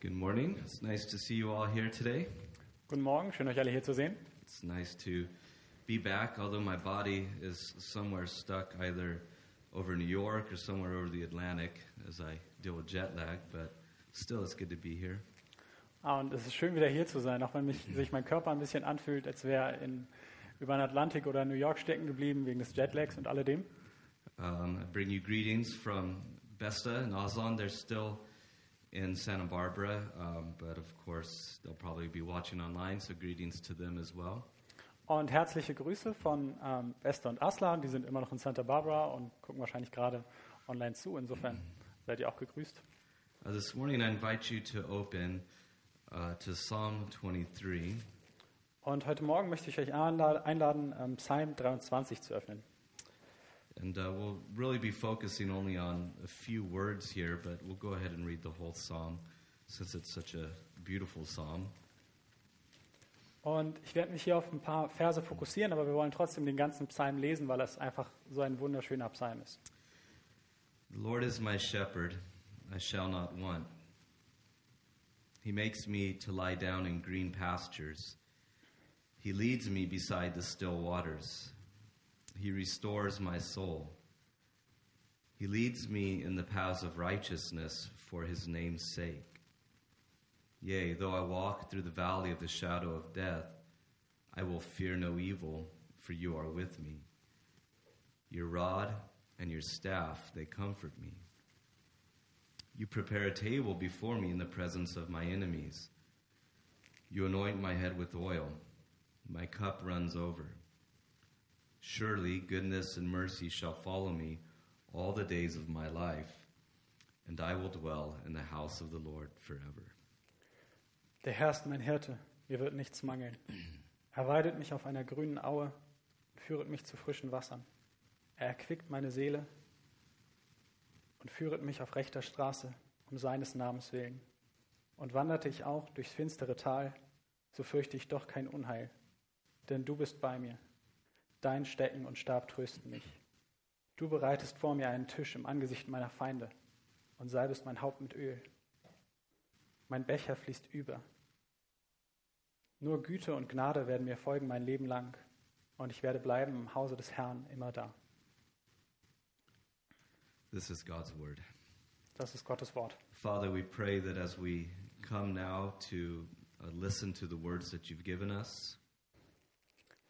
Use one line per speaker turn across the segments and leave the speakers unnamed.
Good morning. It's nice to see you all here today.
Guten Morgen, schön euch alle hier zu sehen.
It's nice to be back, although my body is somewhere stuck either over New York or somewhere over the Atlantic as I deal with jet lag, but still it's good to be here.
Ah, und es ist schön wieder hier zu sein, auch wenn mich, sich mein Körper ein bisschen anfühlt, als wäre er in- über den Atlantik oder in New York stecken geblieben wegen des Jetlags und alledem.
Um, I bring you greetings from Besta and Aslan. They're still in Santa Barbara, um, but of course they'll probably be watching online, so greetings to them as well.
Und herzliche Grüße von ähm, Esther und Aslan, die sind immer noch in Santa Barbara und gucken wahrscheinlich gerade online zu. Insofern seid ihr auch gegrüßt.
Uh, this morning I invite you to open uh, to Psalm 23.
Und heute Morgen möchte ich euch anla- einladen, ähm, Psalm 23 zu öffnen.
And uh, we'll really be focusing only on a few words here, but we'll go ahead and read the whole psalm since it's such a beautiful psalm.
Und ich werde mich hier auf ein paar Verse fokussieren, aber wir wollen trotzdem den ganzen Psalm lesen, weil es einfach so ein wunderschöner Psalm ist.
The Lord is my shepherd, I shall not want. He makes me to lie down in green pastures. He leads me beside the still waters. He restores my soul. He leads me in the paths of righteousness for his name's sake. Yea, though I walk through the valley of the shadow of death, I will fear no evil, for you are with me. Your rod and your staff, they comfort me. You prepare a table before me in the presence of my enemies. You anoint my head with oil. My cup runs over. Surely goodness and mercy shall follow me all the days of my life, and I will dwell in the house of the Lord forever.
Der Herr ist mein Hirte, mir wird nichts mangeln. Er weidet mich auf einer grünen Aue und führet mich zu frischen Wassern. Er erquickt meine Seele und führet mich auf rechter Straße um seines Namens willen. Und wanderte ich auch durchs finstere Tal, so fürchte ich doch kein Unheil, denn du bist bei mir. Dein Stecken und Stab trösten mich. Du bereitest vor mir einen Tisch im Angesicht meiner Feinde und salbest mein Haupt mit Öl. Mein Becher fließt über. Nur Güte und Gnade werden mir folgen mein Leben lang, und ich werde bleiben im Hause des Herrn immer da.
This is God's word.
Das ist Gottes Wort.
Father, we pray that as we come now to uh, listen to the words that you've given us,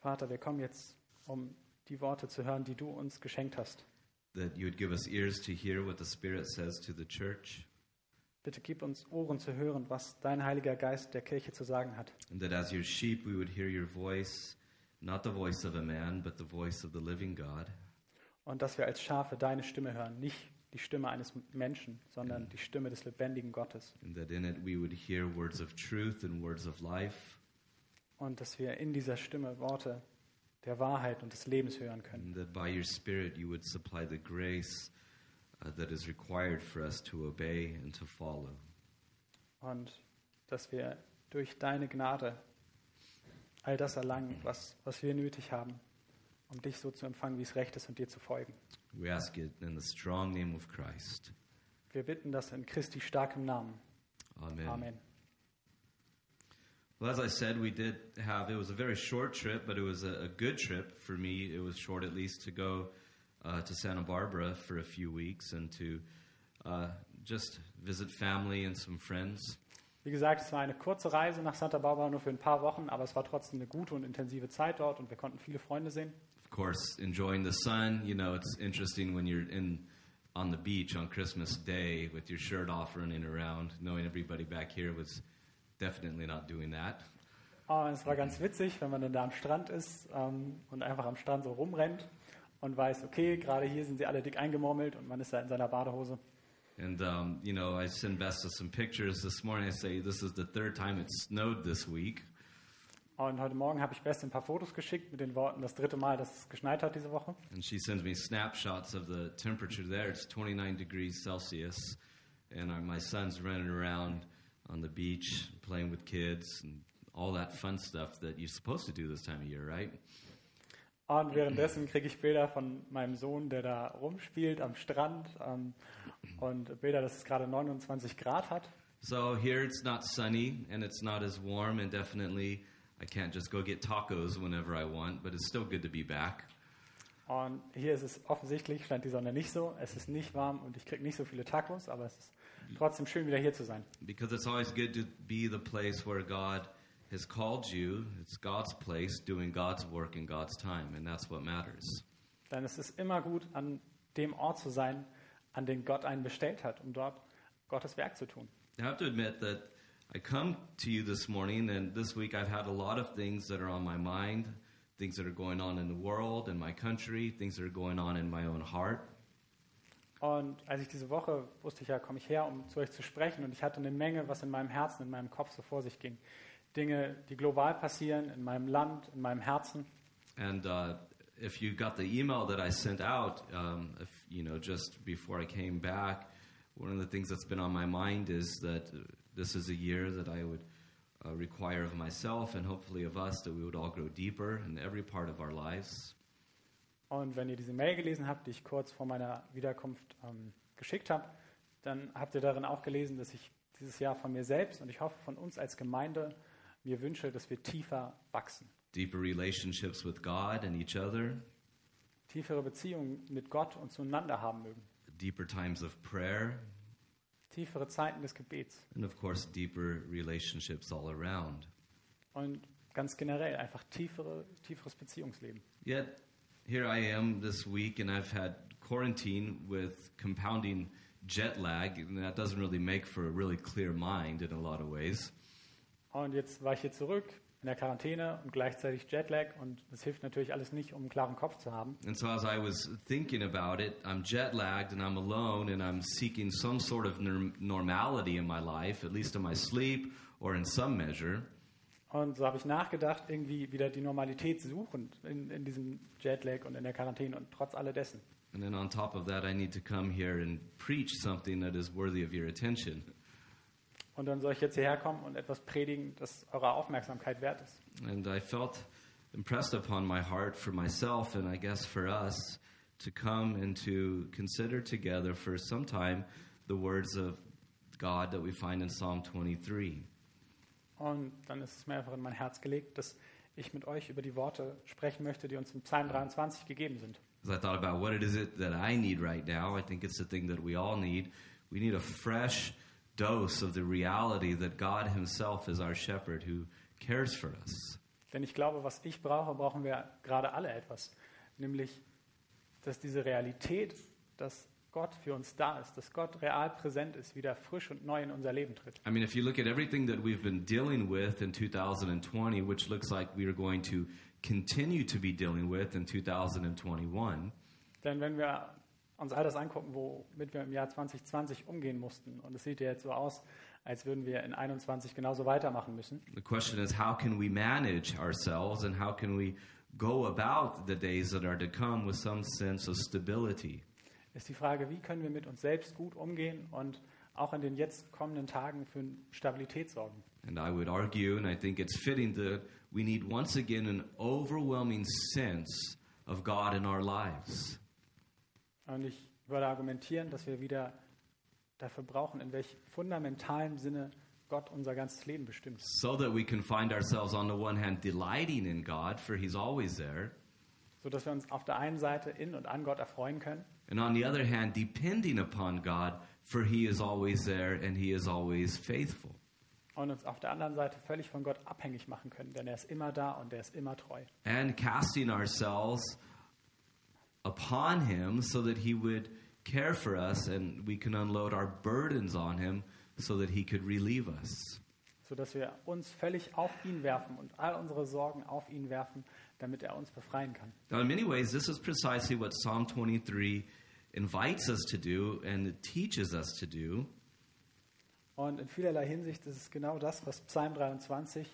Vater, wir kommen jetzt, um die Worte zu hören, die du uns geschenkt hast.
that you would give us ears to hear what the Spirit says to the church,
Bitte gib uns Ohren zu hören, was dein Heiliger Geist der Kirche zu sagen hat.
and that as your sheep we would hear your voice, not the voice of a man, but the voice of the living God,
Und dass wir als Schafe deine Stimme hören, nicht die Stimme eines Menschen, sondern die Stimme des lebendigen Gottes.
and that in it we would hear words of truth and words of life,
Und dass wir in dieser Stimme Worte der Wahrheit und des Lebens hören können.
and that by your Spirit you would supply the grace uh, that is required for us to obey and to follow.
Und dass wir durch deine Gnade all das erlangen, was, was wir nötig haben, um dich so zu empfangen, wie es recht ist und dir zu folgen.
We ask it in the strong name of Christ.
Wir bitten das in Christi starkem Namen.
Amen.
Amen.
Well, as I said, we did have, it was a very short trip, but it was a, a good trip for me. It was short at least to go uh, to Santa Barbara for a few weeks and to uh, just visit family and some friends.
Wie gesagt, es war eine kurze Reise nach Santa Barbara, nur für ein paar Wochen, aber es war trotzdem eine gute und intensive Zeit dort und wir konnten viele Freunde sehen.
Of course, enjoying the sun. You know, it's interesting when you're in on the beach on Christmas Day with your shirt off running around, knowing everybody back here was definitely not doing that.
Aber Ah, es war ganz witzig, wenn man dann da am Strand ist ähm, und einfach am Strand so rumrennt und weiß, okay, gerade hier sind sie alle dick eingemurmelt und man ist da in seiner Badehose.
And um, you know, I sent Besta some pictures this morning. I say this is the third time it snowed this week.
Und heute Morgen habe ich Best ein paar Fotos geschickt mit den Worten, das dritte Mal, dass es geschneit hat diese Woche.
And she sends me snapshots of the temperature there. It's 29 degrees Celsius. And I, my son's running around on the beach playing with kids and all that fun stuff that you're supposed to do this time of year, right?
Und währenddessen kriege ich Bilder von meinem Sohn, der da rumspielt am Strand. Ähm, und Bilder, dass es gerade 29 Grad hat.
So here it's not sunny and it's not as warm, and definitely I can't just go get tacos whenever I want, but it's still good to be back.
Und hier ist es offensichtlich, scheint die Sonne nicht so, es ist nicht warm und ich kriege nicht so viele Tacos, aber es ist trotzdem schön, wieder hier zu sein.
Because it's always good to be the place where God has called you. It's God's place doing God's work in God's time, and that's what matters.
Denn es ist immer gut, an dem Ort zu sein, an den Gott einen bestellt hat, um dort Gottes Werk zu tun.
I have to admit that I come to you this morning, and this week I've had a lot of things that are on my mind, things that are going on in the world, in my country, things that are going on in my own heart.
Und als ich diese Woche wusste ich ja, komme ich her, um zu euch zu sprechen. Und ich hatte eine Menge, was in meinem Herzen, in meinem Kopf so vor sich ging. Dinge, die global passieren, in meinem Land, in meinem Herzen.
And uh, if you got the email that I sent out, um, if, you know, just before I came back, one of the things that's been on my mind is that uh, this is a year that I would uh, require of myself and hopefully of us that we would all grow deeper in every part of our lives.
Und wenn ihr diese Mail gelesen habt, die ich kurz vor meiner Wiederkunft ähm, geschickt habe, dann habt ihr darin auch gelesen, dass ich dieses Jahr von mir selbst und ich hoffe von uns als Gemeinde mir wünsche, dass wir tiefer wachsen.
Deeper relationships with God and each other,
Tiefere Beziehungen mit Gott und zueinander haben mögen.
deeper times of prayer,
Tiefere Zeiten des Gebets.
and of course, deeper relationships all around.
Und ganz generell einfach tiefere, tieferes Beziehungsleben.
Yet, here I am this week, and I've had quarantine with compounding jet lag, and that doesn't really make for a really clear mind in a lot of ways.
Und jetzt war ich hier zurück in der Quarantäne und gleichzeitig Jetlag und das hilft natürlich alles nicht, um einen klaren Kopf zu haben.
And so, as I was thinking about it, I'm jet lagged and I'm alone, and I'm seeking some sort of norm- normality in my life, at least in my sleep or in some measure.
Und so habe ich nachgedacht, irgendwie wieder die Normalität suchend in, in diesem Jetlag und in der Quarantäne und trotz alledessen.
And then, on top of that, I need to come here and preach something that is worthy of your attention.
Und dann soll ich jetzt hierher kommen und etwas predigen, das eurer Aufmerksamkeit wert ist.
And I felt impressed upon my heart for myself and I guess for us to come and to consider together for some time the words of God that we find in Psalm 23.
Und dann ist es mir einfach in mein Herz gelegt, dass ich mit euch über die Worte sprechen möchte, die uns im Psalm 23 gegeben sind.
As I thought about what it is it that I need right now, I think it's the thing that we all need. We need a fresh dose of the reality that God Himself is our shepherd who cares for us.
Denn ich glaube, was ich brauche, brauchen wir gerade alle etwas. Nämlich, dass diese Realität, dass Gott für uns da ist, dass Gott real präsent ist, wieder frisch und neu in unser Leben tritt.
I mean, if you look at everything that we've been dealing with in 2020, which looks like we are going to continue to be dealing with in 2021,
Denn wenn wir uns all das angucken, womit wir im Jahr 2020 umgehen mussten, und es sieht ja jetzt so aus, als würden wir in 21 genauso weitermachen müssen,
the question is how can we manage ourselves and how can we go about the days that are to come with some sense of stability?
ist die Frage, wie können wir mit uns selbst gut umgehen und auch in den jetzt kommenden Tagen für Stabilität sorgen.
And I would argue, and I think it's fitting, that we need once again an overwhelming sense of God in our lives.
Und ich würde argumentieren, dass wir wieder dafür brauchen, in welch fundamentalem Sinne Gott unser ganzes Leben bestimmt.
So that we can find ourselves, on the one hand, delighting in God, for He's always there,
Sodass wir uns auf der einen Seite in und an Gott erfreuen können
And on the other hand, depending upon God, for he is always there and he is always faithful.
und uns auf der anderen Seite völlig von Gott abhängig machen können, denn er ist immer da und er ist immer treu.
And casting ourselves upon him so that he would care for us and we can unload our burdens on him so that he could relieve us.
Sodass wir uns völlig auf ihn werfen und all unsere Sorgen auf ihn werfen, damit er uns befreien kann.
Now, in many ways, this is precisely what Psalm 23 invites us to do and it teaches us to do.
Und in vielerlei Hinsicht ist es genau das, was Psalm 23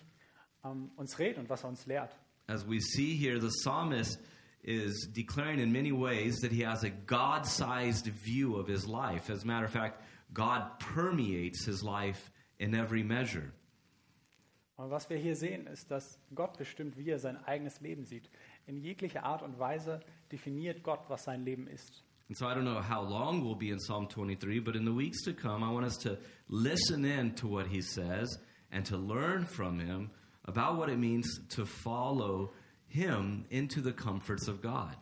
ähm, uns redet und was er uns lehrt.
As we see here, the psalmist is declaring in many ways that he has a God sized view of his life. As a matter of fact, God permeates his life in every measure.
Und was wir hier sehen, ist, dass Gott bestimmt, wie er sein eigenes Leben sieht. In jeglicher Art und Weise definiert Gott, was sein Leben ist.
And so I don't know how long we'll be in Psalm 23, but in the weeks to come, I want us to listen in to what he says and to learn from him about what it means to follow him into the comforts of God.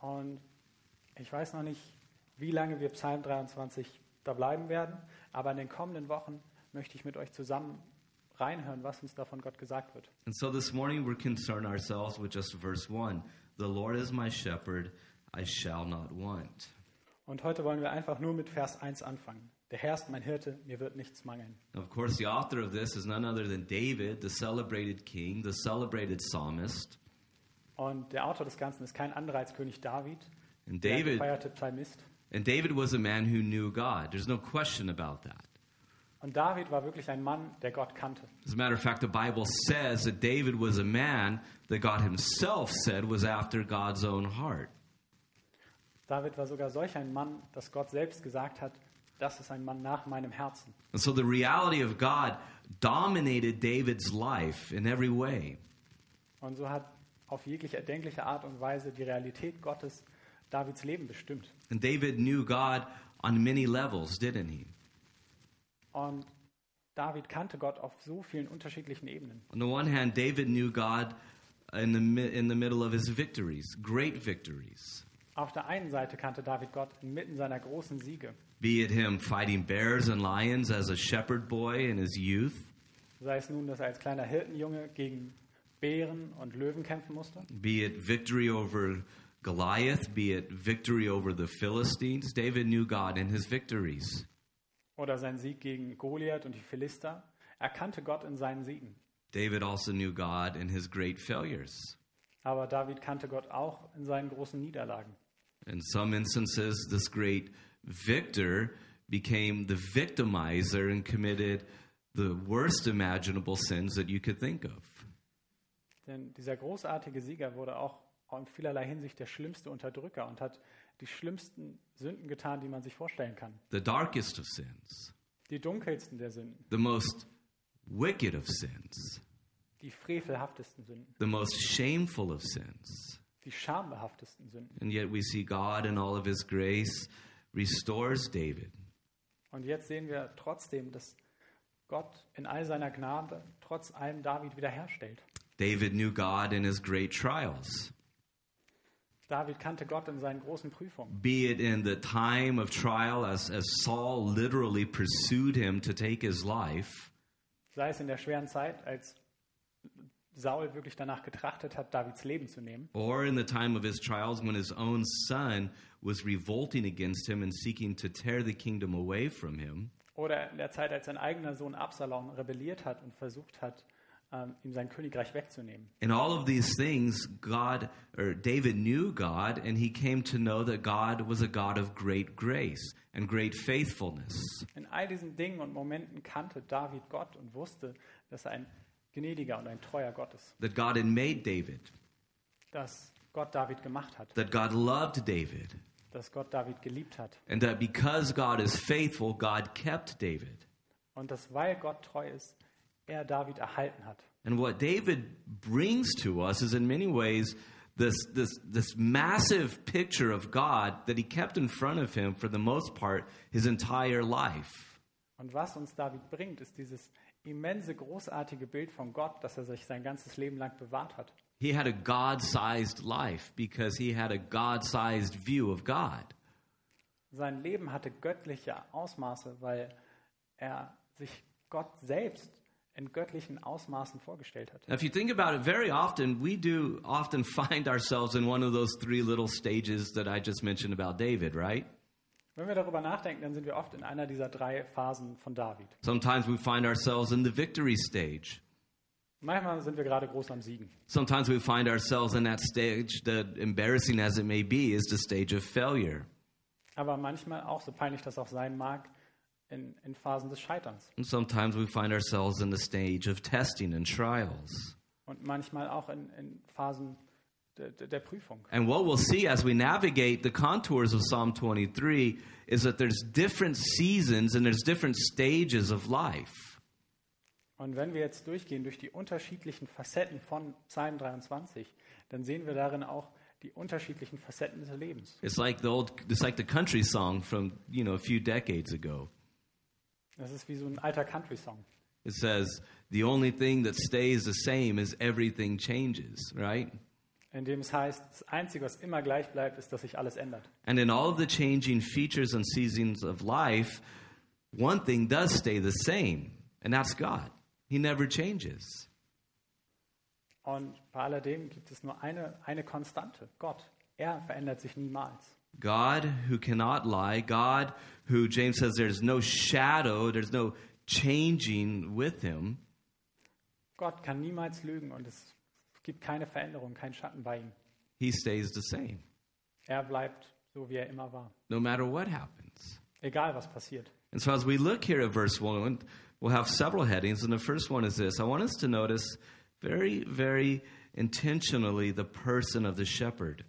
Und ich weiß noch nicht, wie lange wir Psalm 23 da bleiben werden, aber in den kommenden Wochen möchte ich mit euch zusammen reinhören, was uns da von Gott gesagt wird.
And so this morning, we're concerned ourselves with just verse 1 The Lord is my shepherd, I shall not want.
Und heute wollen wir einfach nur mit Vers 1 anfangen. Der Herr ist mein Hirte, mir wird nichts mangeln.
Of course, the author of this is none other than David, the celebrated king, the celebrated psalmist.
Und der Autor des Ganzen ist kein anderer als König David,
And
der
David,
gefeierte Psalmist.
and David was a man who knew God. There's no question about that.
Und David war wirklich ein Mann, der Gott kannte.
As a matter of fact, the Bible says that David was a man that God himself said was after God's own heart.
David war sogar solch ein Mann, dass Gott selbst gesagt hat, das ist ein Mann nach meinem Herzen.
And so the reality of God dominated David's life in every way.
Und so hat auf jegliche erdenkliche Art und Weise die Realität Gottes Davids Leben bestimmt.
And David knew God on many levels, didn't he?
Und David kannte Gott auf so vielen unterschiedlichen Ebenen.
On the one hand, David knew God in the, mi- in the middle of his victories, great victories.
Auf der einen Seite kannte David Gott inmitten seiner großen Siege,
Be it him fighting bears and lions as a shepherd boy in his youth,
sei es nun, dass er als kleiner Hirtenjunge gegen Bären und Löwen kämpfen musste,
be it victory over Goliath, be it victory over the Philistines. David knew God in his victories.
oder sein Sieg gegen Goliath und die Philister. Er kannte Gott in seinen Siegen.
David also knew God in his great failures.
Aber David kannte Gott auch in seinen großen Niederlagen.
In some instances, this great victor became the victimizer and committed the worst imaginable sins that you could think of.
Denn dieser großartige Sieger wurde auch in vielerlei Hinsicht der schlimmste Unterdrücker und hat die schlimmsten Sünden getan, die man sich vorstellen kann.
The darkest of sins,
Die dunkelsten der Sünden,
the most wicked of sins,
die frevelhaftesten Sünden,
the most shameful of sins.
die schambehaftesten Sünden.
And yet we see God in all of his grace restores David.
Und jetzt sehen wir trotzdem, dass Gott in all seiner Gnade trotz allem David wiederherstellt.
David knew God in his great trials.
David kannte Gott in seinen großen Prüfungen.
Be it in the time of trial, as, as Saul literally pursued him to take his life,
Sei es in der schweren Zeit, als Saul wirklich danach getrachtet hat, Davids Leben zu nehmen.
or in the time of his trials when his own son was revolting against him and seeking to tear the kingdom away from him,
Oder in der Zeit, als sein eigener Sohn Absalom rebelliert hat und versucht hat, ähm, ihm sein Königreich wegzunehmen.
in all of these things, God or David knew God, and he came to know that God was a God of great grace and great faithfulness.
In all diesen Dingen und Momenten kannte David Gott und wusste, dass er ein gnädiger und ein treuer Gott ist.
That God had made David,
Dass Gott David gemacht hat,
that God loved David,
dass Gott David geliebt hat.
and that because God is faithful, God kept David.
Und dass, weil Gott treu ist, er David erhalten hat.
And what David brings to us is in many ways this, this, this massive picture of God that he kept in front of him for the most part his entire life.
Und was uns David bringt, ist dieses immense, großartige Bild von Gott, das er sich sein ganzes Leben lang bewahrt hat.
He had a God sized life because he had a God sized view of God.
Sein Leben hatte göttliche Ausmaße, weil er sich Gott selbst in göttlichen Ausmaßen vorgestellt hat.
Now, if you think about it, very often we do often find ourselves in one of those three little stages that I just mentioned about David, right?
Wenn wir darüber nachdenken, dann sind wir oft in einer dieser drei Phasen von David.
Sometimes we find ourselves in the victory stage.
Manchmal sind wir gerade groß am Siegen.
Sometimes we find ourselves in that stage, that embarrassing as it may be, is the stage of failure.
Aber manchmal auch, so peinlich das auch sein mag, in, in Phasen des Scheiterns.
And sometimes we find ourselves in the stage of testing and trials.
Und manchmal auch in, in Phasen der, der der Prüfung.
And what we'll see as we navigate the contours of Psalm 23 is that there's different seasons and there's different stages of life.
Und wenn wir jetzt durchgehen durch die unterschiedlichen Facetten von Psalm 23, dann sehen wir darin auch die unterschiedlichen Facetten des Lebens.
It's like the old, it's like the country song from you know a few decades ago.
Das ist wie so ein alter Country-Song.
It says the only thing that stays the same is everything changes, right?
in dem es heißt, das Einzige, was immer gleich bleibt, ist, dass sich alles ändert.
And in all of the changing features and seasons of life, one thing does stay the same, and that's God. He never changes.
Und bei alledem gibt es nur eine, eine Konstante, Gott. Er verändert sich niemals.
God who cannot lie, God who James says there's no shadow, there's no changing with him.
Gott kann niemals lügen und es gibt keine Veränderung, keinen Schatten bei ihm.
He stays the same,
Er bleibt so, wie er immer war.
no matter what happens.
Egal, was passiert.
And so, as we look here at verse 1, we'll have several headings. And the first one is this I want us to notice very, very intentionally the person of the shepherd.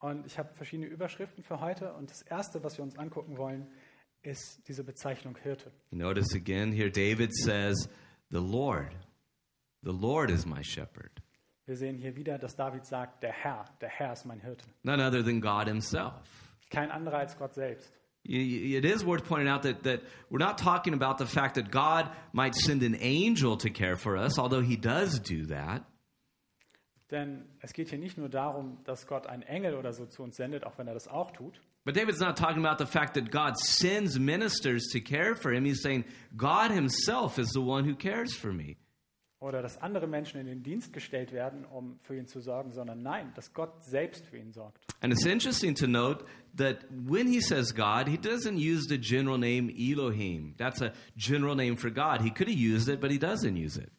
Und ich habe verschiedene Überschriften für heute. Und das Erste, was wir uns angucken wollen, ist diese Bezeichnung Hirte.
You notice again here, David says, The Lord, the Lord is my shepherd.
Wir sehen hier wieder, dass David sagt, der Herr, der Herr ist mein Hirte.
None other than God himself.
Kein anderer als Gott selbst.
Y- y- It is worth pointing out that, that we're not talking about the fact that God might send an angel to care for us, although he does do that.
Denn es geht hier nicht nur darum, dass Gott einen Engel oder so zu uns sendet, auch wenn er das auch tut.
But David's not talking about the fact that God sends ministers to care for him. He's saying God himself is the one who cares for me.
Oder dass andere Menschen in den Dienst gestellt werden, um für ihn zu sorgen, sondern nein, dass Gott selbst für ihn sorgt.
And it's interesting to note that when he says God, he doesn't use the general name Elohim. That's a general name for God. He could have used it, but he doesn't use it.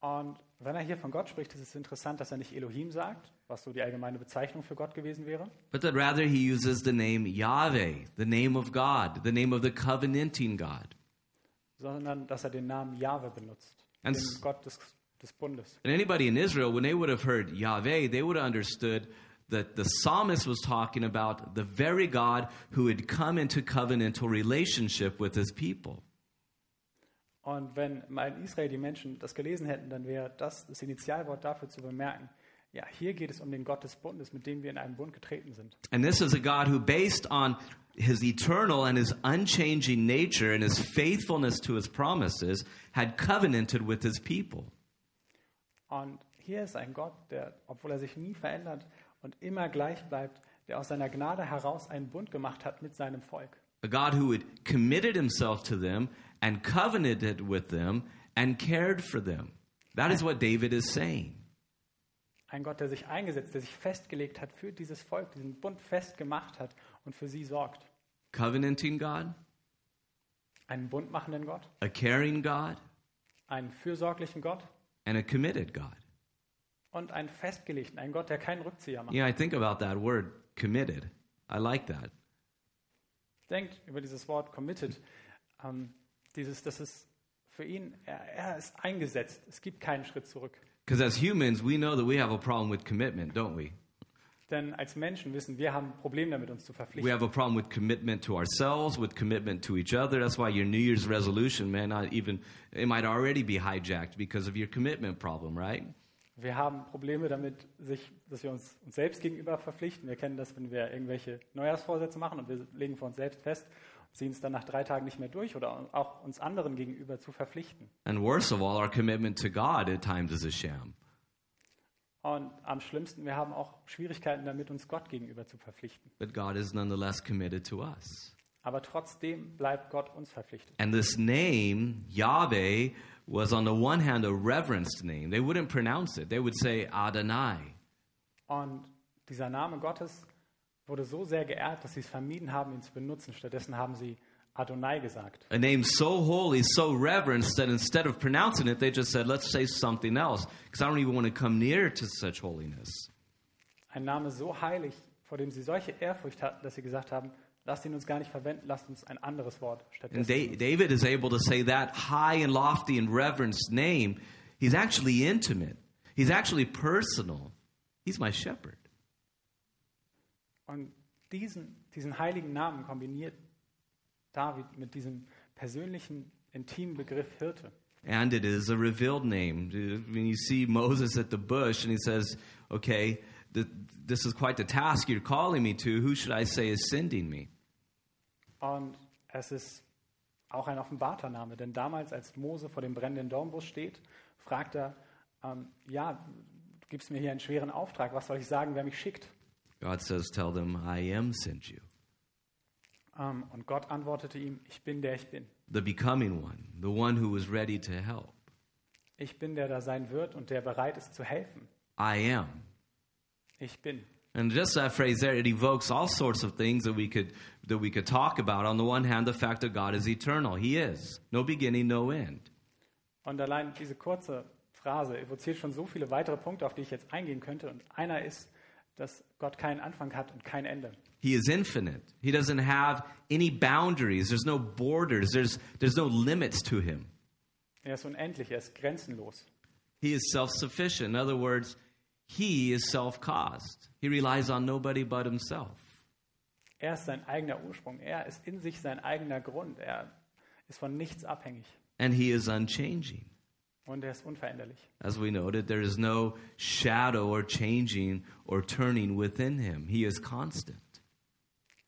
Und wenn er hier von Gott spricht, ist es interessant, dass er nicht Elohim sagt, was so die allgemeine Bezeichnung für Gott gewesen wäre,
But that rather he uses the name Yahweh, the name of God, the name of the covenanting God.
sondern dass er den Namen Jahwe benutzt,
And s-
den Gott des, des Bundes.
And anybody in Israel, when they would have heard Yahweh, they would have understood that the psalmist was talking about the very God who had come into covenantal relationship with his people.
Und wenn mal in Israel die Menschen das gelesen hätten, dann wäre das das Initialwort dafür zu bemerken, ja, hier geht es um den Gott des Bundes, mit dem wir in einen Bund getreten sind.
And this is a God who, based on his eternal and his unchanging nature and his faithfulness to his promises, had covenanted with his people.
Und hier ist ein Gott, der, obwohl er sich nie verändert und immer gleich bleibt, der aus seiner Gnade heraus einen Bund gemacht hat mit seinem Volk.
A God who had committed himself to them and covenanted with them and cared for them. That is what David is saying.
Ein Gott, der sich eingesetzt, der sich festgelegt hat für dieses Volk, diesen Bund festgemacht hat und für sie sorgt.
Covenanting God,
Einen bundmachenden Gott,
a caring God,
einen fürsorglichen Gott
and a committed God.
und einen festgelegten, einen Gott, der keinen Rückzieher macht.
You know, I think about that word, committed. I like that.
Denkt über dieses Wort committed. Ähm, dieses, das ist für ihn, er, er ist eingesetzt. Es gibt keinen Schritt zurück.
Because as humans, we know that we have a problem with commitment, don't we?
Denn als Menschen wissen wir, haben ein Problem damit, uns zu verpflichten.
We have a problem with commitment to ourselves, with commitment to each other. That's why your New Year's resolution may not even, it might already be hijacked because of your commitment problem, right?
Wir haben Probleme damit, sich, dass wir uns, uns selbst gegenüber verpflichten. Wir kennen das, wenn wir irgendwelche Neujahrsvorsätze machen und wir legen vor uns selbst fest, ziehen es dann nach drei Tagen nicht mehr durch oder auch uns anderen gegenüber zu verpflichten.
And worst of all, our commitment to God at times is a sham.
Und am schlimmsten, wir haben auch Schwierigkeiten damit, uns Gott gegenüber zu verpflichten.
But God is nonetheless committed to us.
Aber trotzdem bleibt Gott uns verpflichtet.
And this name, Yahweh, was on the one hand a reverenced name. They wouldn't pronounce it, they would say Adonai.
Und dieser Name Gottes wurde so sehr geehrt, dass sie es vermieden haben, ihn zu benutzen. Stattdessen haben sie Adonai gesagt.
A name so holy, so reverenced that instead of pronouncing it, they just said, let's say something else, because I don't even want to come near to such holiness.
ein Name so heilig, vor dem sie solche Ehrfurcht hatten, dass sie gesagt haben, lasst ihn uns gar nicht verwenden, lasst uns ein anderes Wort
And
stattdessen.
da-
benutzen.
David is able to say that high and lofty and reverenced name. He's actually intimate. He's actually personal. He's my shepherd.
Und diesen, diesen heiligen Namen kombiniert David mit diesem persönlichen, intimen Begriff Hirte.
And Uh, it is a revealed name. When you see Moses at the bush and he says, Okay, th- this is quite the task you're calling me to. Who should I say is sending me?
Und es ist auch ein offenbarter Name, denn damals, als Mose vor dem brennenden Dornbusch steht, fragt er, ähm, ja, du gibst mir hier einen schweren Auftrag, was soll ich sagen, wer mich schickt?
God says, Tell them, I am sent you.
Ähm, und Gott antwortete ihm, ich bin der ich bin.
The becoming one, the one who is ready to help.
Ich bin der da sein wird und der bereit ist zu helfen.
I am.
Ich bin.
And just that phrase there, it evokes all sorts of things that we could that we could talk about. On the one hand, the fact that God is eternal. He is. No beginning, no end.
Und allein diese kurze Phrase evoziert schon so viele weitere Punkte, auf die ich jetzt eingehen könnte. Und einer ist, dass Gott keinen Anfang hat und kein Ende.
He is infinite. He doesn't have any boundaries. There's no borders. There's there's no limits to him.
Er ist unendlich, er ist grenzenlos.
He is self-sufficient. In other words, he is self-caused. He relies on nobody but himself.
Er ist sein eigener Ursprung, er ist in sich sein eigener Grund, er ist von nichts abhängig
And he is unchanging.
und er ist unveränderlich.
As we noted, there is no shadow or changing or turning within him. He is constant.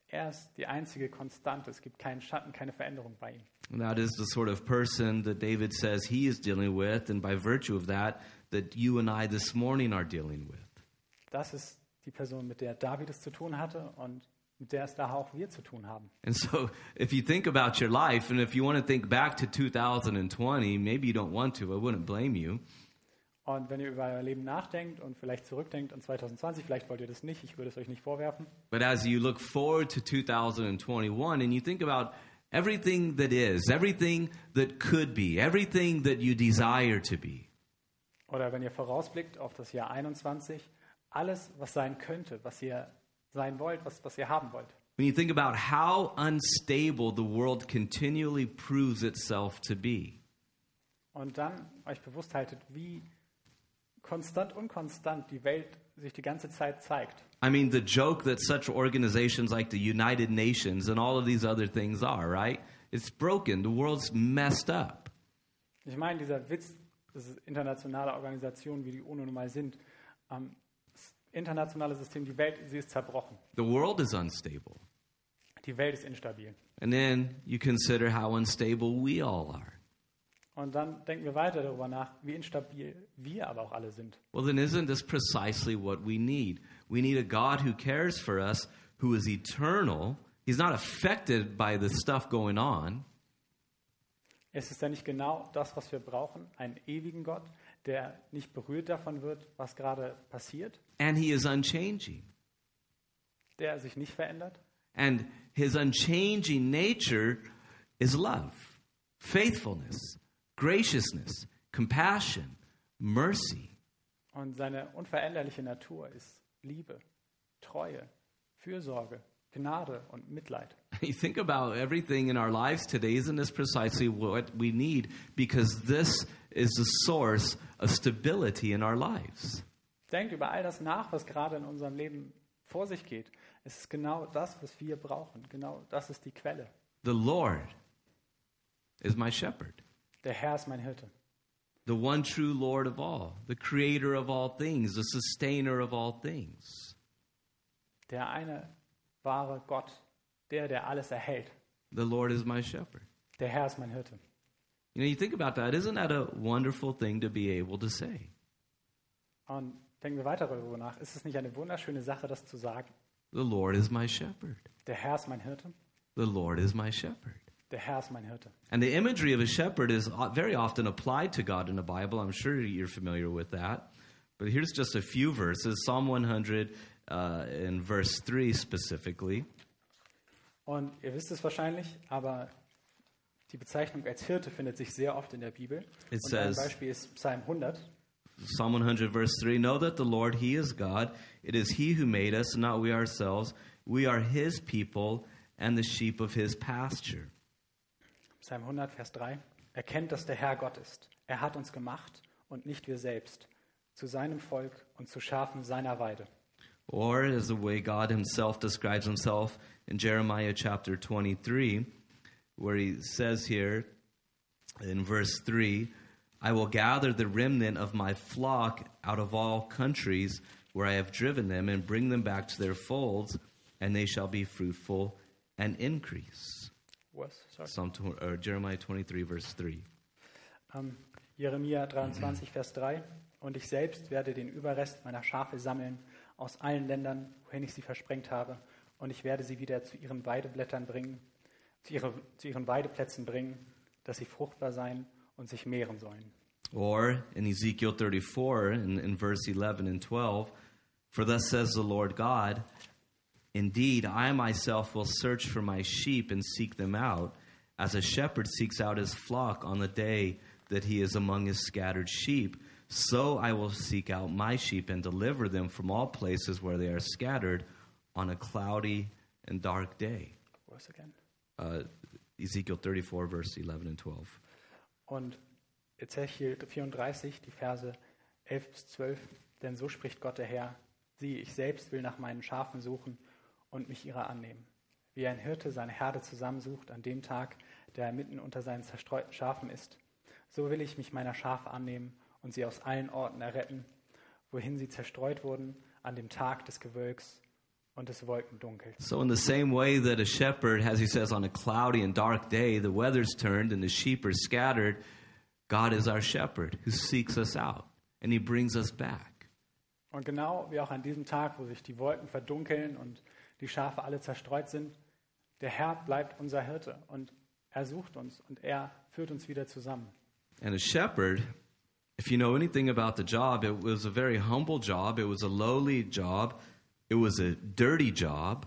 Er ist die einzige Konstante, es gibt keinen Schatten, keine Veränderung bei ihm.
And that is the sort of person that David says he is dealing with, and by virtue of that, that you and I this morning are dealing with.
Das ist die Person, mit der David es zu tun hatte und mit der es daher auch wir zu tun haben.
And so, if you think about your life, and if you want to think back to 2020, maybe you don't want to, I wouldn't blame you.
Und wenn ihr über euer Leben nachdenkt und vielleicht zurückdenkt an 2020, vielleicht wollt ihr das nicht, ich würde es euch nicht vorwerfen,
But as you look forward to 2021 and you think about everything that is, everything that could be, everything that you desire to be,
Oder wenn ihr vorausblickt auf das Jahr 21, alles, was sein könnte, was ihr sein wollt, was, was ihr haben wollt.
when you think about how unstable the world continually proves itself to be,
Und dann euch bewusst haltet, wie konstant unkonstant die Welt sich die ganze Zeit zeigt.
I mean, the joke that such organizations like the United Nations and all of these other things are, right? It's broken. The world's messed up.
Ich meine, dieser Witz, dass es internationale Organisationen wie die UNO nun mal sind, ähm, das internationale System, die Welt, sie ist zerbrochen.
The world is unstable.
Die Welt ist instabil.
And then you consider how unstable we all are.
Und dann denken wir weiter darüber nach, wie instabil wir aber auch alle sind.
Well, then, isn't this precisely what we need? We need a God who cares for us, who is eternal. He's not affected by the stuff going on.
Es ist ja nicht genau das, was wir brauchen, einen ewigen Gott, der nicht berührt davon wird, was gerade passiert,
And He is unchanging.
der sich nicht verändert.
And his unchanging nature is love, faithfulness, graciousness, compassion, mercy.
Und seine unveränderliche Natur ist Liebe, Treue, Fürsorge, Gnade und Mitleid.
You think about everything in our lives today, isn't this precisely what we need? Because this is the source of stability in our lives.
Denkt über all das nach, was gerade in unserem Leben vor sich geht. Es ist genau das, was wir brauchen. Genau das ist die Quelle.
The Lord is my shepherd,
Der Herr ist mein Hirte.
the one true Lord of all, the creator of all things, the sustainer of all things.
Der eine wahre Gott, der, der alles erhält.
The Lord is my shepherd.
Der Herr ist mein Hirte.
You know, you think about that, isn't that a wonderful thing to be able to say?
Und denken wir weiter darüber nach. Ist es nicht eine wunderschöne Sache, das zu sagen?
The Lord is my shepherd.
Der Herr ist mein Hirte.
The Lord is my shepherd.
Der Herr ist mein Hirte.
And the imagery of a shepherd is o- very often applied to God in the Bible. I'm sure you're familiar with that. But here's just a few verses Psalm 100, uh, in verse 3 specifically.
Und ihr wisst es wahrscheinlich, aber die Bezeichnung als Hirte findet sich sehr oft in der Bibel.
It
Und ein
says-
Beispiel ist Psalm 100.
Psalm 100, verse 3 Know that the Lord, He is God. It is He who made us, not we ourselves. We are His people and the sheep of His pasture.
Psalm 100, Vers 3. Erkennt, dass der Herr Gott ist. Er hat uns gemacht und nicht wir selbst. Zu seinem Volk und zu Schafen seiner Weide.
Or, as the way God Himself describes Himself in Jeremiah chapter 23, where He says here in verse 3 I will gather the remnant of my flock out of all countries where I have driven them, and bring them back to their folds, and they shall be fruitful and increase.
Was? Sorry.
Psalm, tw- or Jeremiah 23, verse 3.
Ähm, Jeremia 23, Vers 3. Und ich selbst werde den Überrest meiner Schafe sammeln aus allen Ländern, wohin ich sie versprengt habe. Und ich werde sie wieder zu ihren Weideblättern bringen, zu, ihre, zu ihren Weideplätzen bringen, dass sie fruchtbar sein und sich mehren sollen.
Or in Ezekiel 34, in, in verse 11 and 12, for thus says the Lord God, Indeed, I myself will search for my sheep and seek them out, as a shepherd seeks out his flock on the day that he is among his scattered sheep. So I will seek out my sheep and deliver them from all places where they are scattered on a cloudy and dark day.
Worse again.
Uh, Ezekiel 34, verse 11 and 12.
Und Ezechiel 34, die Verse 11 bis 12. Denn so spricht Gott der Herr: Sieh, ich selbst will nach meinen Schafen suchen und mich ihrer annehmen. Wie ein Hirte seine Herde zusammensucht an dem Tag, der er mitten unter seinen zerstreuten Schafen ist, so will ich mich meiner Schafe annehmen und sie aus allen Orten erretten, wohin sie zerstreut wurden, an dem Tag des Gewölks und des Wolkendunkels.
So, in the same way that a shepherd, as he says, on a cloudy and dark day, the weather's turned and the sheep are scattered, God is our shepherd who seeks us out and he brings us back.
Und genau wie auch an diesem Tag, wo sich die Wolken verdunkeln und die Schafe alle zerstreut sind, der Herr bleibt unser Hirte und er sucht uns und er führt uns wieder zusammen.
And a shepherd, if you know anything about the job, it was a very humble job, it was a lowly job, it was a dirty job,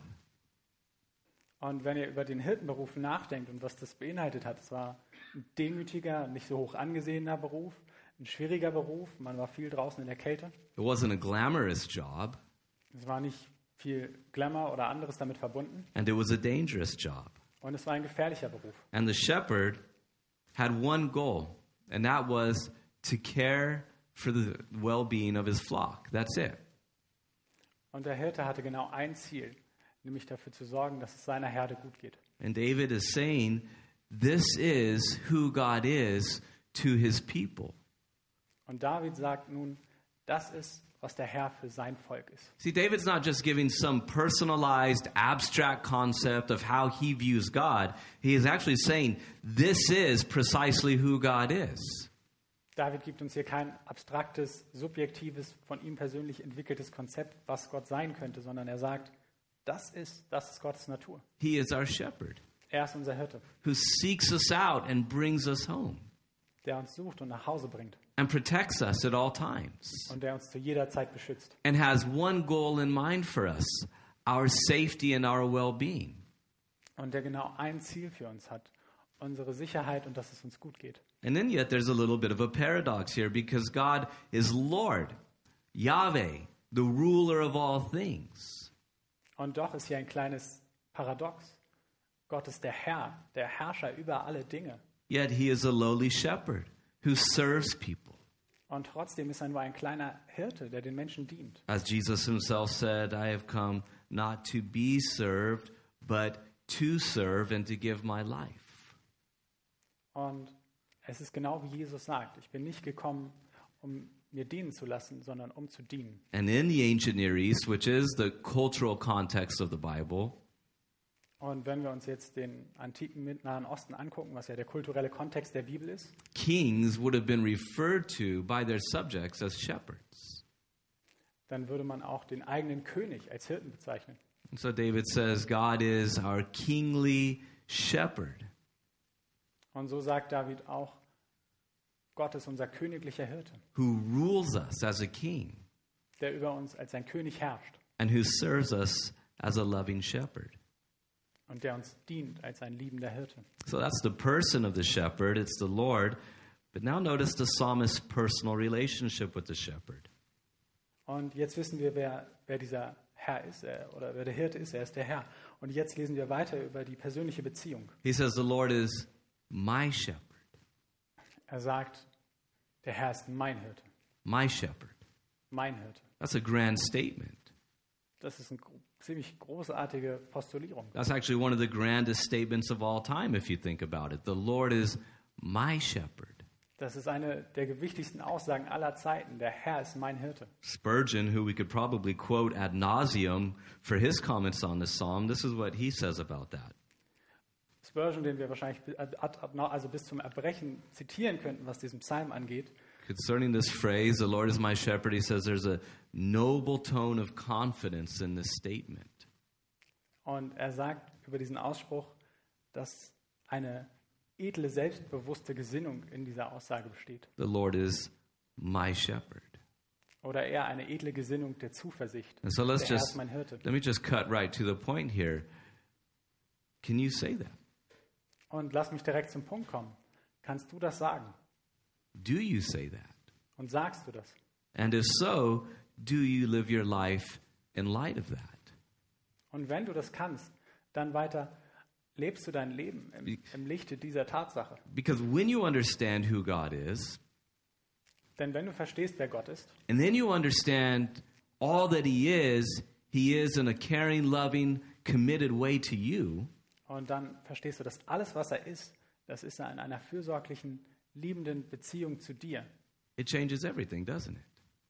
Und wenn ihr über den Hirtenberuf nachdenkt und was das beinhaltet hat, es war ein demütiger, nicht so hoch angesehener Beruf, ein schwieriger Beruf, man war viel draußen in der Kälte,
it wasn't a glamorous job,
es war nicht viel Glamour oder anderes damit verbunden
and it was a dangerous job.
und es war ein gefährlicher Beruf.
And the shepherd had one goal, and that was to care for the well being of his flock. That's it.
Und der Hirte hatte genau ein Ziel, nämlich dafür zu sorgen, dass es seiner Herde gut geht.
And David is saying, This is who God is to his people.
Und David sagt nun, das ist, was der Herr für sein Volk ist.
See, David's not just giving some personalized, abstract concept of how he views God. He is actually saying, This is precisely who God is.
David gibt uns hier kein abstraktes, subjektives, von ihm persönlich entwickeltes Konzept, was Gott sein könnte, sondern er sagt, das ist, das ist Gottes Natur.
He is our shepherd
Er ist unser Hirte,
who seeks us out and brings us home
der uns sucht und nach Hause bringt
and protects us at all times.
und der uns zu jeder Zeit beschützt.
and has one goal in mind for us our safety and our well being.
Und der genau ein Ziel für uns hat, unsere Sicherheit und dass es uns gut geht.
And then, yet, there's a little bit of a paradox here because God is Lord, Yahweh, the ruler of all things.
Und doch ist hier ein kleines Paradox. Gott ist der Herr, der Herrscher über alle Dinge.
Yet, he is a lowly shepherd who serves people.
Und trotzdem ist er nur ein kleiner Hirte, der den Menschen dient.
As Jesus himself said, I have come not to be served, but to serve and to give my life.
Und es ist genau wie Jesus sagt, ich bin nicht gekommen, um mir dienen zu lassen, sondern um zu dienen.
And in the ancient Near East, which is the cultural context of the Bible,
Und wenn wir uns jetzt den antiken Mit- Nahen Osten angucken, was ja der kulturelle Kontext der Bibel ist,
kings would have been referred to by their subjects as shepherds.
dann würde man auch den eigenen König als Hirten bezeichnen.
And so David says, God is our kingly shepherd.
Und so sagt David auch, Gott ist unser königlicher Hirte,
Who rules us as a king
der über uns als sein König herrscht
and who serves us as a loving shepherd.
und der uns dient als ein liebender Hirte.
So that's the person of the shepherd, it's the Lord. But now notice the psalmist's personal relationship with the shepherd.
Und jetzt wissen wir, wer, wer dieser Herr ist äh, oder wer der Hirte ist. Er ist der Herr. Und jetzt lesen wir weiter über die persönliche Beziehung.
He says, The Lord is my shepherd,
Er sagt, der Herr ist mein Hirte,
my shepherd.
mein Hirte.
That's a grand statement.
Das ist eine gro- ziemlich großartige Postulierung.
That's actually one of the grandest statements of all time, if you think about it. The Lord is my shepherd.
Das ist eine der gewichtigsten Aussagen aller Zeiten. Der Herr ist mein Hirte.
Spurgeon, who we could probably quote ad nauseum for his comments on this psalm, this is what he says about that.
Spurgeon, den wir wahrscheinlich bi- ad- ad- ad- also bis zum Erbrechen zitieren könnten, was diesen Psalm angeht.
Concerning this phrase, the Lord is my shepherd, he says there's a noble tone of confidence in this statement.
Und er sagt über diesen Ausspruch, dass eine edle, selbstbewusste Gesinnung in dieser Aussage besteht.
The Lord is my shepherd.
Oder eher eine edle Gesinnung der Zuversicht.
And so let's
der Herr
just
ist mein Hirte.
let me just cut right to the point here. Can you say that?
Und lass mich direkt zum Punkt kommen. Kannst du das sagen?
Do you say that?
Und sagst du das?
And if so, do you live your life in light of that?
Und wenn du das kannst, dann weiter lebst du dein Leben im, im Lichte dieser Tatsache.
Because when you understand who God is,
Denn wenn du verstehst, wer Gott ist,
and then you understand all that He is, He is in a caring, loving, committed way to you,
und dann verstehst du, dass alles, was er ist, das ist er in einer fürsorglichen, liebenden Beziehung zu dir,
it changes everything, doesn't it?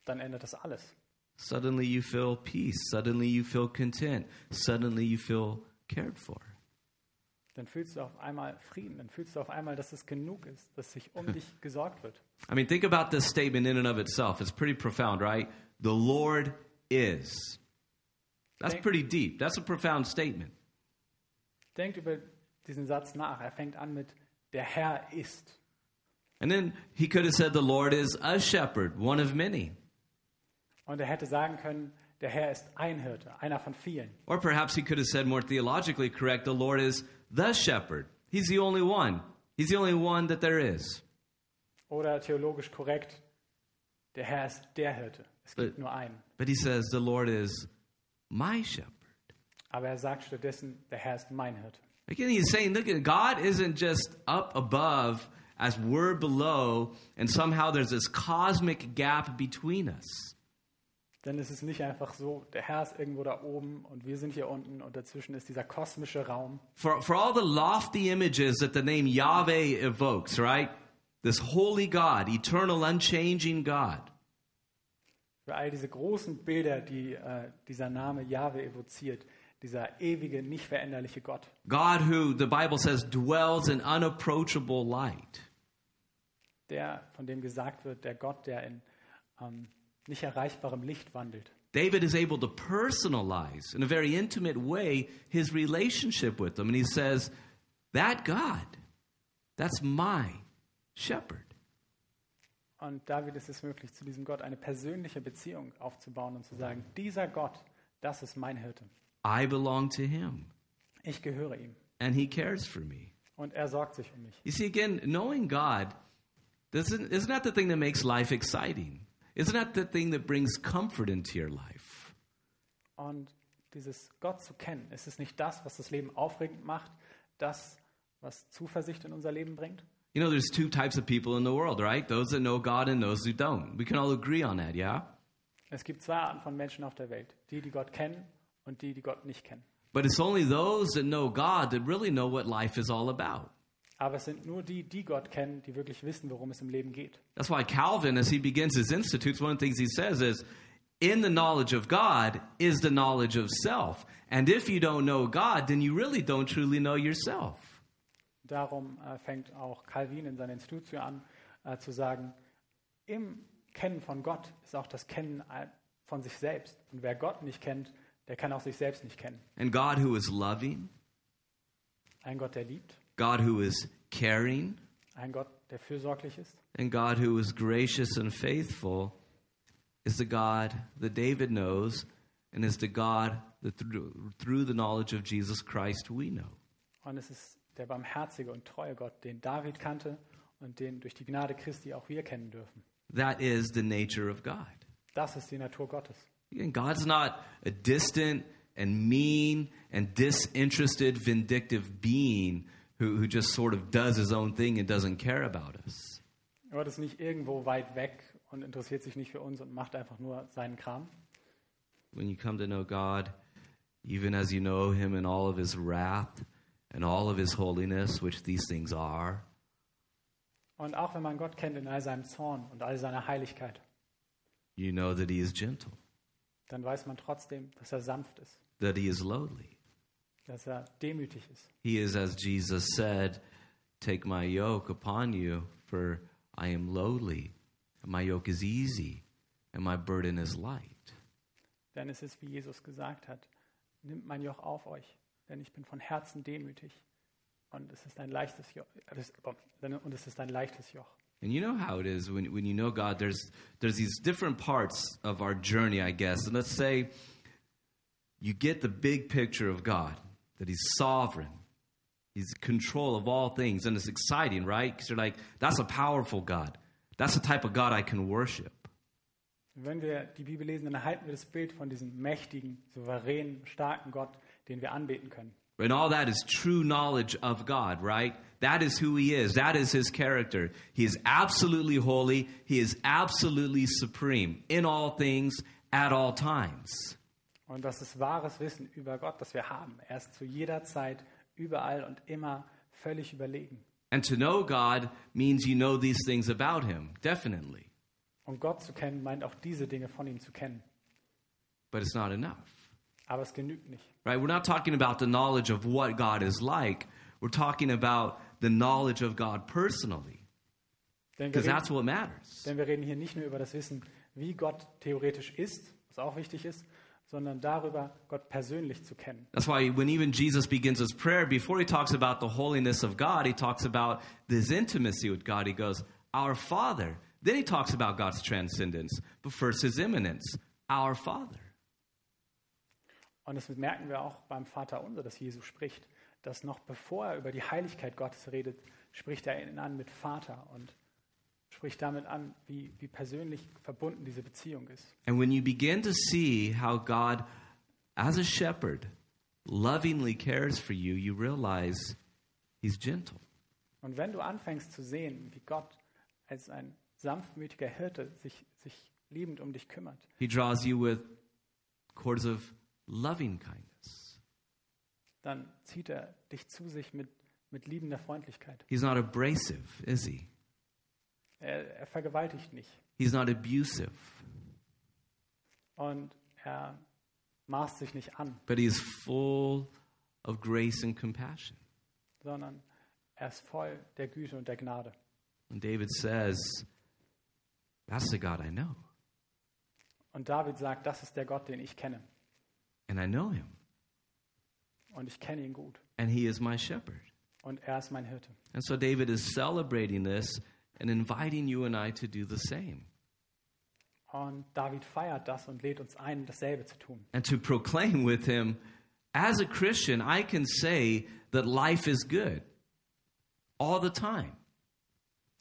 dann ändert das alles.
Suddenly you feel peace. Suddenly you feel content. Suddenly you feel cared for.
Dann fühlst du auf einmal Frieden, dann fühlst du auf einmal, dass es genug ist, dass sich um dich gesorgt wird.
I mean, think about this statement in and of itself. It's pretty profound, right? The Lord is. That's
Thank-
pretty deep. That's a profound statement.
Denkt über diesen Satz nach. Er fängt an mit, der Herr ist.
And then he could have said, The Lord is a shepherd, one of many.
Und er hätte sagen können, der Herr ist ein Hirte, einer von vielen.
Or perhaps he could have said more theologically correct, The Lord is the shepherd. He's the only one. He's the only one that there is.
Oder theologisch korrekt, der Herr ist der Hirte. Es gibt
Äh.
nur einen.
But he says, The Lord is my shepherd.
Aber er sagt stattdessen, der Herr ist mein Hirte.
Again, he's saying, look, God isn't just up above as we're below, and somehow there's this cosmic gap between us.
Denn es ist nicht einfach so, der Herr ist irgendwo da oben und wir sind hier unten und dazwischen ist dieser kosmische Raum.
For, for all the lofty images that the name Yahweh evokes, right? This holy God, eternal, unchanging God.
Für all diese großen Bilder, die äh, dieser Name Jahwe evoziert, dieser ewige, nicht veränderliche Gott.
God who the Bible says dwells in unapproachable light.
Der, von dem gesagt wird, der Gott, der in ähm, nicht erreichbarem Licht wandelt.
David is able to personalize in a very intimate way his relationship with him. And he says, That God, that's my shepherd.
Und David ist es möglich, zu diesem Gott eine persönliche Beziehung aufzubauen und zu sagen, dieser Gott, das ist mein Hirte.
I belong to him,
Ich gehöre ihm
and he cares for me.
und er sorgt sich um mich.
You see, again, knowing God, doesn't, isn't that the thing that makes life exciting? Isn't that the thing that brings comfort into your life?
Und dieses Gott zu kennen, ist es nicht das, was das Leben aufregend macht, das, was Zuversicht in unser Leben bringt?
You know, there's two types of people in the world, right? Those that know God and those who don't. We can all agree on that, yeah?
Es gibt zwei Arten von Menschen auf der Welt, die, die Gott kennen und die, die Gott nicht kennen.
But it's only those that know God that really know what life is all about.
Aber es sind nur die, die Gott kennen, die wirklich wissen, worum es im Leben geht.
That's why Calvin, as he begins his institutes, one of the things he says is, in the knowledge of God is the knowledge of self. And if you don't know God, then you really don't truly know yourself.
Darum äh, fängt auch Calvin in seiner Institutio an äh, zu sagen, im Kennen von Gott ist auch das Kennen äh, von sich selbst. Und wer Gott nicht kennt, der kann auch sich selbst nicht kennen.
And God who is loving,
Ein Gott, der liebt,
God who is caring,
ein Gott, der fürsorglich ist,
and God who is gracious and faithful is the God that David knows and is the God that through, through the knowledge of Jesus Christ we know.
Und es ist der barmherzige und treue Gott, den David kannte und den durch die Gnade Christi auch wir kennen dürfen.
That is the nature of God.
Das ist die Natur Gottes.
Again, God's not a distant and mean and disinterested, vindictive being who, who just sort of does his own thing and doesn't care about us.
Gott ist nicht irgendwo weit weg und interessiert sich nicht für uns und macht einfach nur seinen Kram.
When you come to know God, even as you know him in all of his wrath and all of his holiness, which these things are,
Und auch wenn man Gott kennt in all seinem Zorn und all seiner Heiligkeit,
you know that he is gentle,
dann weiß man trotzdem, dass er sanft ist,
that he is lowly.
dass er demütig ist.
He is, as Jesus said, Take my yoke upon you, for I am lowly. and My yoke is easy, and my burden is light.
Denn es ist, wie Jesus gesagt hat, nimmt mein Joch auf euch, denn ich bin von Herzen demütig. Und es ist ein leichtes Joch. äh, das- Und es ist ein leichtes Joch.
And you know how it is when, when you know God, there's, there's these different parts of our journey, I guess. And let's say you get the big picture of God, that He's sovereign, He's in control of all things. And it's exciting, right? Because you're like, that's a powerful God. That's the type of God I can worship.
Und Wenn wir die Bibel lesen, dann erhalten wir das Bild von diesem mächtigen, souveränen, starken Gott, den wir anbeten können.
And all that is true knowledge of God, right? That is who he is. That is his character. He is absolutely holy. He is absolutely supreme in all things, at all times.
Und das ist wahres Wissen über Gott, das wir haben. Er ist zu jeder Zeit, überall und immer völlig überlegen.
And to know God means you know these things about him, definitely.
Und Gott zu kennen, meint auch diese Dinge von ihm zu kennen.
But it's not enough,
Aber es genügt nicht.
right? We're not talking about the knowledge of what God is like, we're talking about the knowledge of God personally,
Denn wir,
because that's
reden,
what matters.
denn wir reden hier nicht nur über das Wissen, wie Gott theoretisch ist, was auch wichtig ist, sondern darüber, Gott persönlich zu kennen.
That's why when even Jesus begins his prayer, before he talks about the holiness of God, he talks about this intimacy with God. He goes, Our Father. Then he talks about God's transcendence, but first his immanence, our Father.
Und das merken wir auch beim Vater Unser, das Jesus spricht, dass noch bevor er über die Heiligkeit Gottes redet, spricht er ihn an mit Vater und spricht damit an, wie, wie persönlich verbunden diese Beziehung ist.
And when you begin to see how God, as a shepherd, lovingly cares for you, you realize he's gentle.
Und wenn du anfängst zu sehen, wie Gott als ein sanftmütiger Hirte sich, sich liebend um dich kümmert,
He draws you with cords of loving kindness.
dann zieht er dich zu sich mit, mit liebender Freundlichkeit.
He's not abrasive, is he?
Er, er vergewaltigt nicht
He's not abusive.
und er maßt sich nicht an,
but he is full of grace and compassion.
sondern er ist voll der Güte und der Gnade.
And David says, That's the God I know,
Und David sagt, das ist der Gott, den ich kenne.
and I know him,
Und ich kenne ihn gut.
and he is my shepherd.
Und er ist mein Hirte.
And so David is celebrating this and inviting you and I to do the same
Und David feiert das und lädt uns ein, dasselbe zu tun.
and to proclaim with him, As a Christian, I can say that life is good all the time.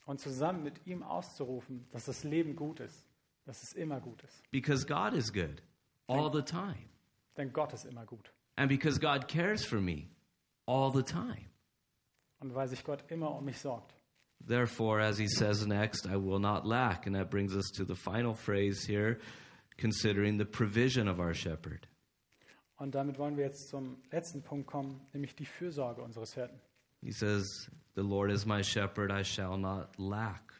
Und zusammen mit ihm auszurufen, dass das Leben gut ist. Dass es immer gut ist.
Because God is good all the time.
Denn Gott ist immer gut.
And because God cares for me all the time.
Und weil sich Gott immer um mich sorgt.
Therefore, as he says next, I will not lack. And that brings us to the final phrase here, considering the provision of our shepherd.
Und damit wollen wir jetzt zum letzten Punkt kommen, nämlich die Fürsorge unseres Hirten.
He says, The Lord is my shepherd, I shall not lack.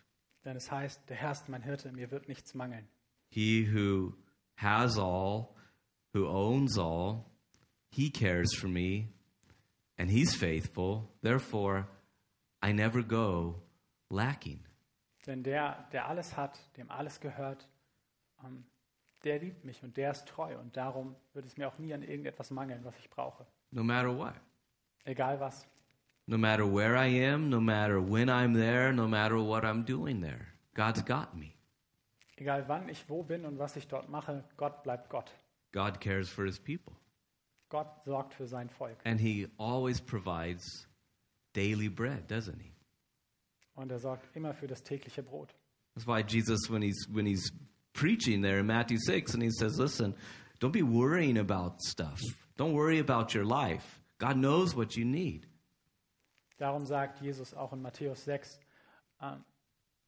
Denn es heißt, der Herr ist mein Hirte, mir wird nichts mangeln.
He who has all, who owns all, he cares for me, and he's faithful. Therefore, I never go lacking.
Denn der, der alles hat, dem alles gehört, ähm, der liebt mich und der ist treu. Und darum wird es mir auch nie an irgendetwas mangeln, was ich brauche.
No matter what.
Egal was.
No matter where I am, no matter when I'm there, no matter what I'm doing there, God's got me.
Egal wann ich wo bin und was ich dort mache, Gott bleibt Gott.
God cares for his people,
Gott sorgt für sein Volk.
and he always provides daily bread, doesn't he?
Und er sorgt immer für das tägliche Brot.
That's why Jesus, when he's, when he's preaching there in Matthew 6, and he says, Listen, don't be worrying about stuff. Don't worry about your life. God knows what you need.
Darum sagt Jesus auch in Matthäus 6, ähm,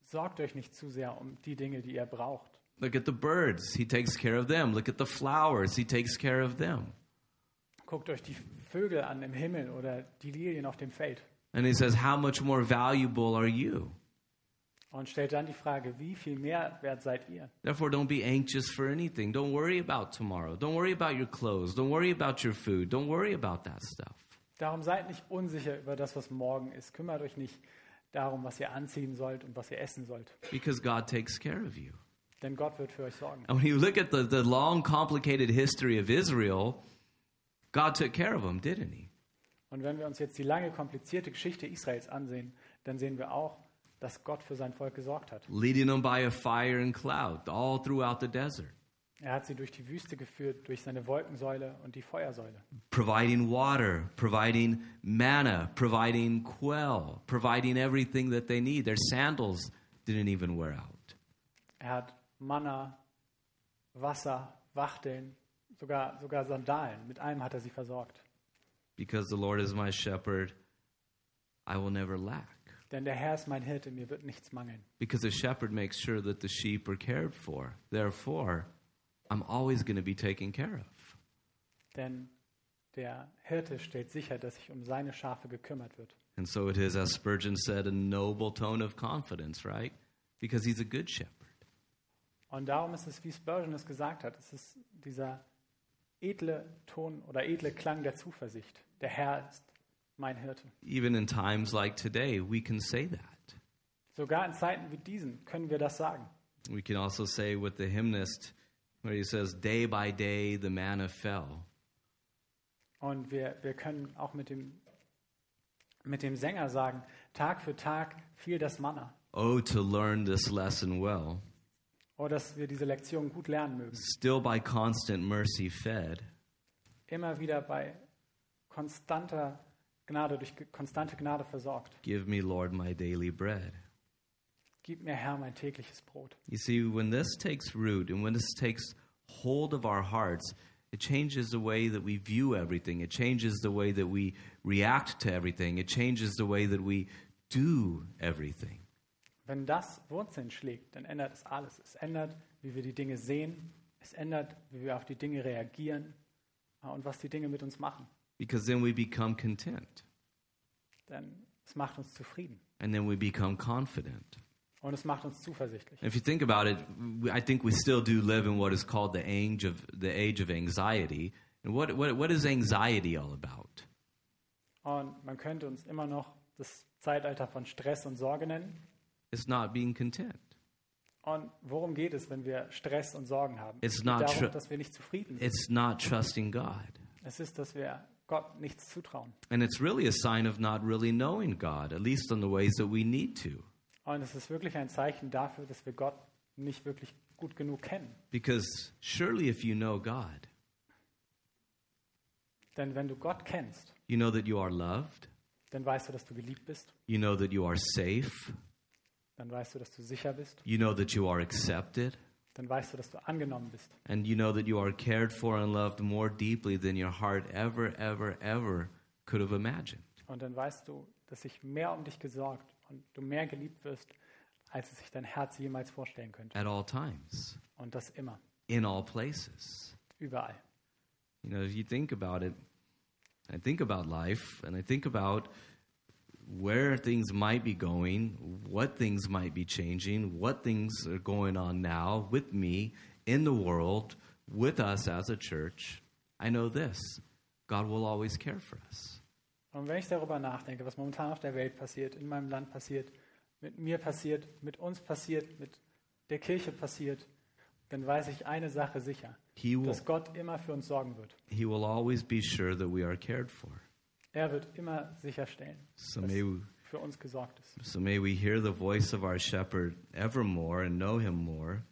sorgt euch nicht zu sehr um die Dinge, die ihr braucht.
Look at the birds, he takes care of them. Look at the flowers, he takes care of them.
Guckt euch die Vögel an im Himmel oder die Lilien auf dem Feld.
And he says, How much more valuable are you?
und stellt dann die Frage, wie viel mehr wert seid ihr?
Therefore, don't be anxious for anything. Don't worry about tomorrow. Don't worry about your clothes. Don't worry about your food. Don't worry about that stuff.
Darum seid nicht unsicher über das, was morgen ist. Kümmert euch nicht darum, was ihr anziehen sollt und was ihr essen sollt.
Because God takes care of you.
Denn Gott wird für euch sorgen.
And when you look at the, the long, complicated history of Israel, God took care of them, didn't He?
Und wenn wir uns jetzt die lange, komplizierte Geschichte Israels ansehen, dann sehen wir auch, dass Gott für sein Volk gesorgt hat.
Leading them by a fire and cloud all throughout the desert,
Er hat sie durch die Wüste geführt, durch seine Wolkensäule und die Feuersäule.
providing water, providing manna, providing quail, providing everything that they need. Their sandals didn't even wear out.
Er hat Manna, Wasser, Wachteln, sogar, sogar Sandalen. Mit allem hat er sie versorgt.
Because the Lord is my shepherd, I will never lack.
Denn der Herr ist mein Hirte, mir wird nichts mangeln.
Because a shepherd makes sure that the sheep are cared for. Therefore, I'm always going to be taken care of.
Denn der Hirte stellt sicher, dass sich um seine Schafe gekümmert wird.
And so it is, as Spurgeon said, a noble tone of confidence, right? Because he's a good shepherd.
Und darum ist es, wie Spurgeon es gesagt hat, es ist dieser edle Ton oder edle Klang der Zuversicht. Der Herr ist mein Hirte.
Even in times like today, we can say that.
Sogar in Zeiten wie diesen können wir das sagen.
We can also say with the hymnist, where he says, Day by day the manna fell.
Und wir, wir können auch mit dem, mit dem Sänger sagen, Tag für Tag fiel das Manna.
Oh, to learn this lesson well,
Oh, dass wir diese Lektion gut lernen mögen.
still by constant mercy fed,
Immer wieder bei konstanter Gnade, durch ge- konstante Gnade versorgt.
give me, Lord, my daily bread.
Gib mir, Herr, mein tägliches Brot.
You see, when this takes root and when this takes hold of our hearts, it changes the way that we view everything. It changes the way that we react to everything. It changes the way that we do everything.
Wenn das Wurzeln schlägt, dann ändert es alles. Es ändert, wie wir die Dinge sehen. Es ändert, wie wir auf die Dinge reagieren äh, und was die Dinge mit uns machen.
Because then we become content
Denn es macht uns zufrieden
and then we become confident.
und es macht uns zuversichtlich.
If you think about it, we- I think we still do live in what is called the age of, the age of anxiety. And what, what, what is anxiety all about?
Und man könnte uns immer noch das Zeitalter von Stress und Sorge nennen.
It's not being content.
Und worum geht es, wenn wir Stress und Sorgen haben?
It's
es geht
not
darum,
true.
dass wir nicht zufrieden sind.
It's not trusting God.
Es ist, dass wir Gott nichts zutrauen.
And it's really a sign of not really knowing God, at least in the ways that we need to.
Und es ist wirklich ein Zeichen dafür, dass wir Gott nicht wirklich gut genug kennen.
Because surely if you know God,
Denn wenn du Gott kennst,
you know that you are loved,
dann weißt du, dass du geliebt bist.
you know that you are safe,
Dann weißt du, dass du sicher bist.
you know that you are accepted,
Dann weißt du, dass du angenommen bist.
and you know that you are cared for and loved more deeply than your heart ever, ever, ever could have imagined.
Und dann weißt du, dass sich mehr um dich gesorgt und du mehr geliebt wirst, als es sich dein Herz jemals vorstellen könnte.
At all times,
Und das immer,
in all places.
überall.
You know, if you think about it, I think about life and I think about where things might be going, what things might be changing, what things are going on now with me, in the world, with us as a church. I know this God will always care for us.
Und wenn ich darüber nachdenke, was momentan auf der Welt passiert, in meinem Land passiert, mit mir passiert, mit uns passiert, mit der Kirche passiert, dann weiß ich eine Sache sicher,
He will,
dass Gott immer für uns sorgen wird.
he will always be sure that we are cared for.
Er wird immer sicherstellen,
So may, we,
für uns gesorgt ist.
so may we hear the voice of our shepherd evermore and know him more.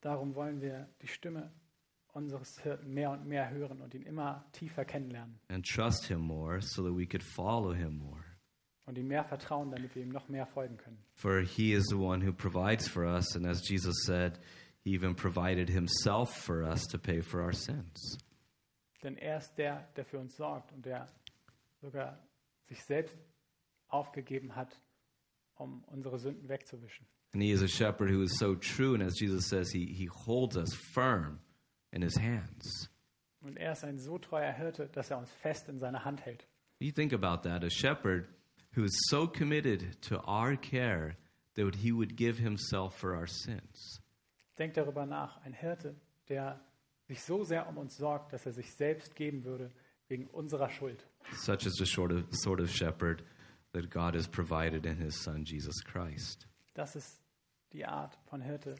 Darum wollen wir die Stimme unseres Hirten mehr und mehr hören und ihn immer tiefer kennenlernen
and trust him more so that we could follow him more.
und ihm mehr vertrauen, damit wir ihm noch mehr folgen können.
For he is the one who provides for us, and as Jesus said, he even provided himself for us to pay for our sins.
Denn er ist der, der für uns sorgt und der sogar sich selbst aufgegeben hat, um unsere Sünden wegzuwischen.
And he is a shepherd who is so true, and as Jesus says, he, he holds us firm in his hands.
Und er ist ein so treuer Hirte, dass er uns fest in seiner Hand hält.
You think about that a shepherd who is so committed to our care that he would give himself for our sins.
Denk darüber nach. Ein Hirte, der sich so sehr um uns sorgt, dass er sich selbst geben würde wegen unserer Schuld.
Such is the sort of, sort of shepherd that God has provided in his son Jesus Christ.
Das ist die Art von Hirte,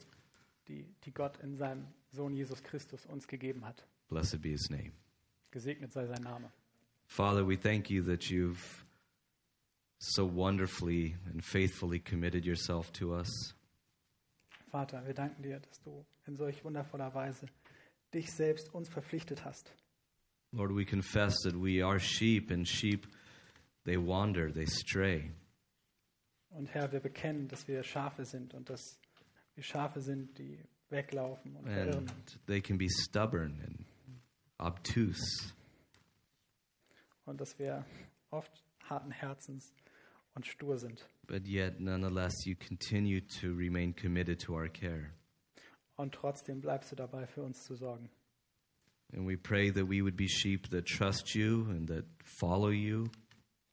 die, die Gott in seinem Sohn Jesus Christus uns gegeben hat.
Blessed be his name.
Gesegnet sei sein Name.
Father, we thank you that you've so wonderfully and faithfully committed yourself to us.
Vater, wir danken dir, dass du in solch wundervoller Weise dich selbst uns verpflichtet hast.
Lord, we confess that we are sheep, and sheep, they wander, they stray.
Und Herr, wir bekennen, dass wir Schafe sind und dass wir Schafe sind, die weglaufen und
And
verirren.
they can be stubborn and obtuse.
Und dass wir oft harten Herzens und stur sind.
But yet, nonetheless, you continue to remain committed to our care.
Und trotzdem bleibst du dabei, für uns zu sorgen.
And we pray that we would be sheep that trust you and that follow you.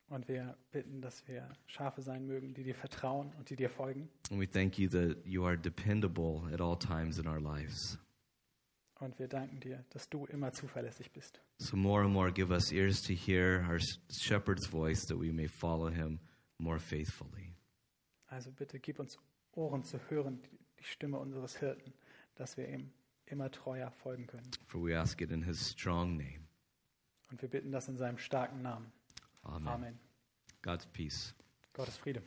Und wir bitten, dass wir Schafe sein mögen, die dir vertrauen und die dir folgen.
And we thank you that you are dependable at all times in our lives.
Und wir danken dir, dass du immer zuverlässig bist.
So, more and more, give us ears to hear our shepherd's voice that we may follow him more faithfully.
Also bitte gib uns Ohren zu hören, die die Stimme unseres Hirten, dass wir ihm immer treuer folgen können.
For we ask it in his strong name.
Und wir bitten das in seinem starken Namen.
Amen.
Amen.
God's peace.
Gottes Friede.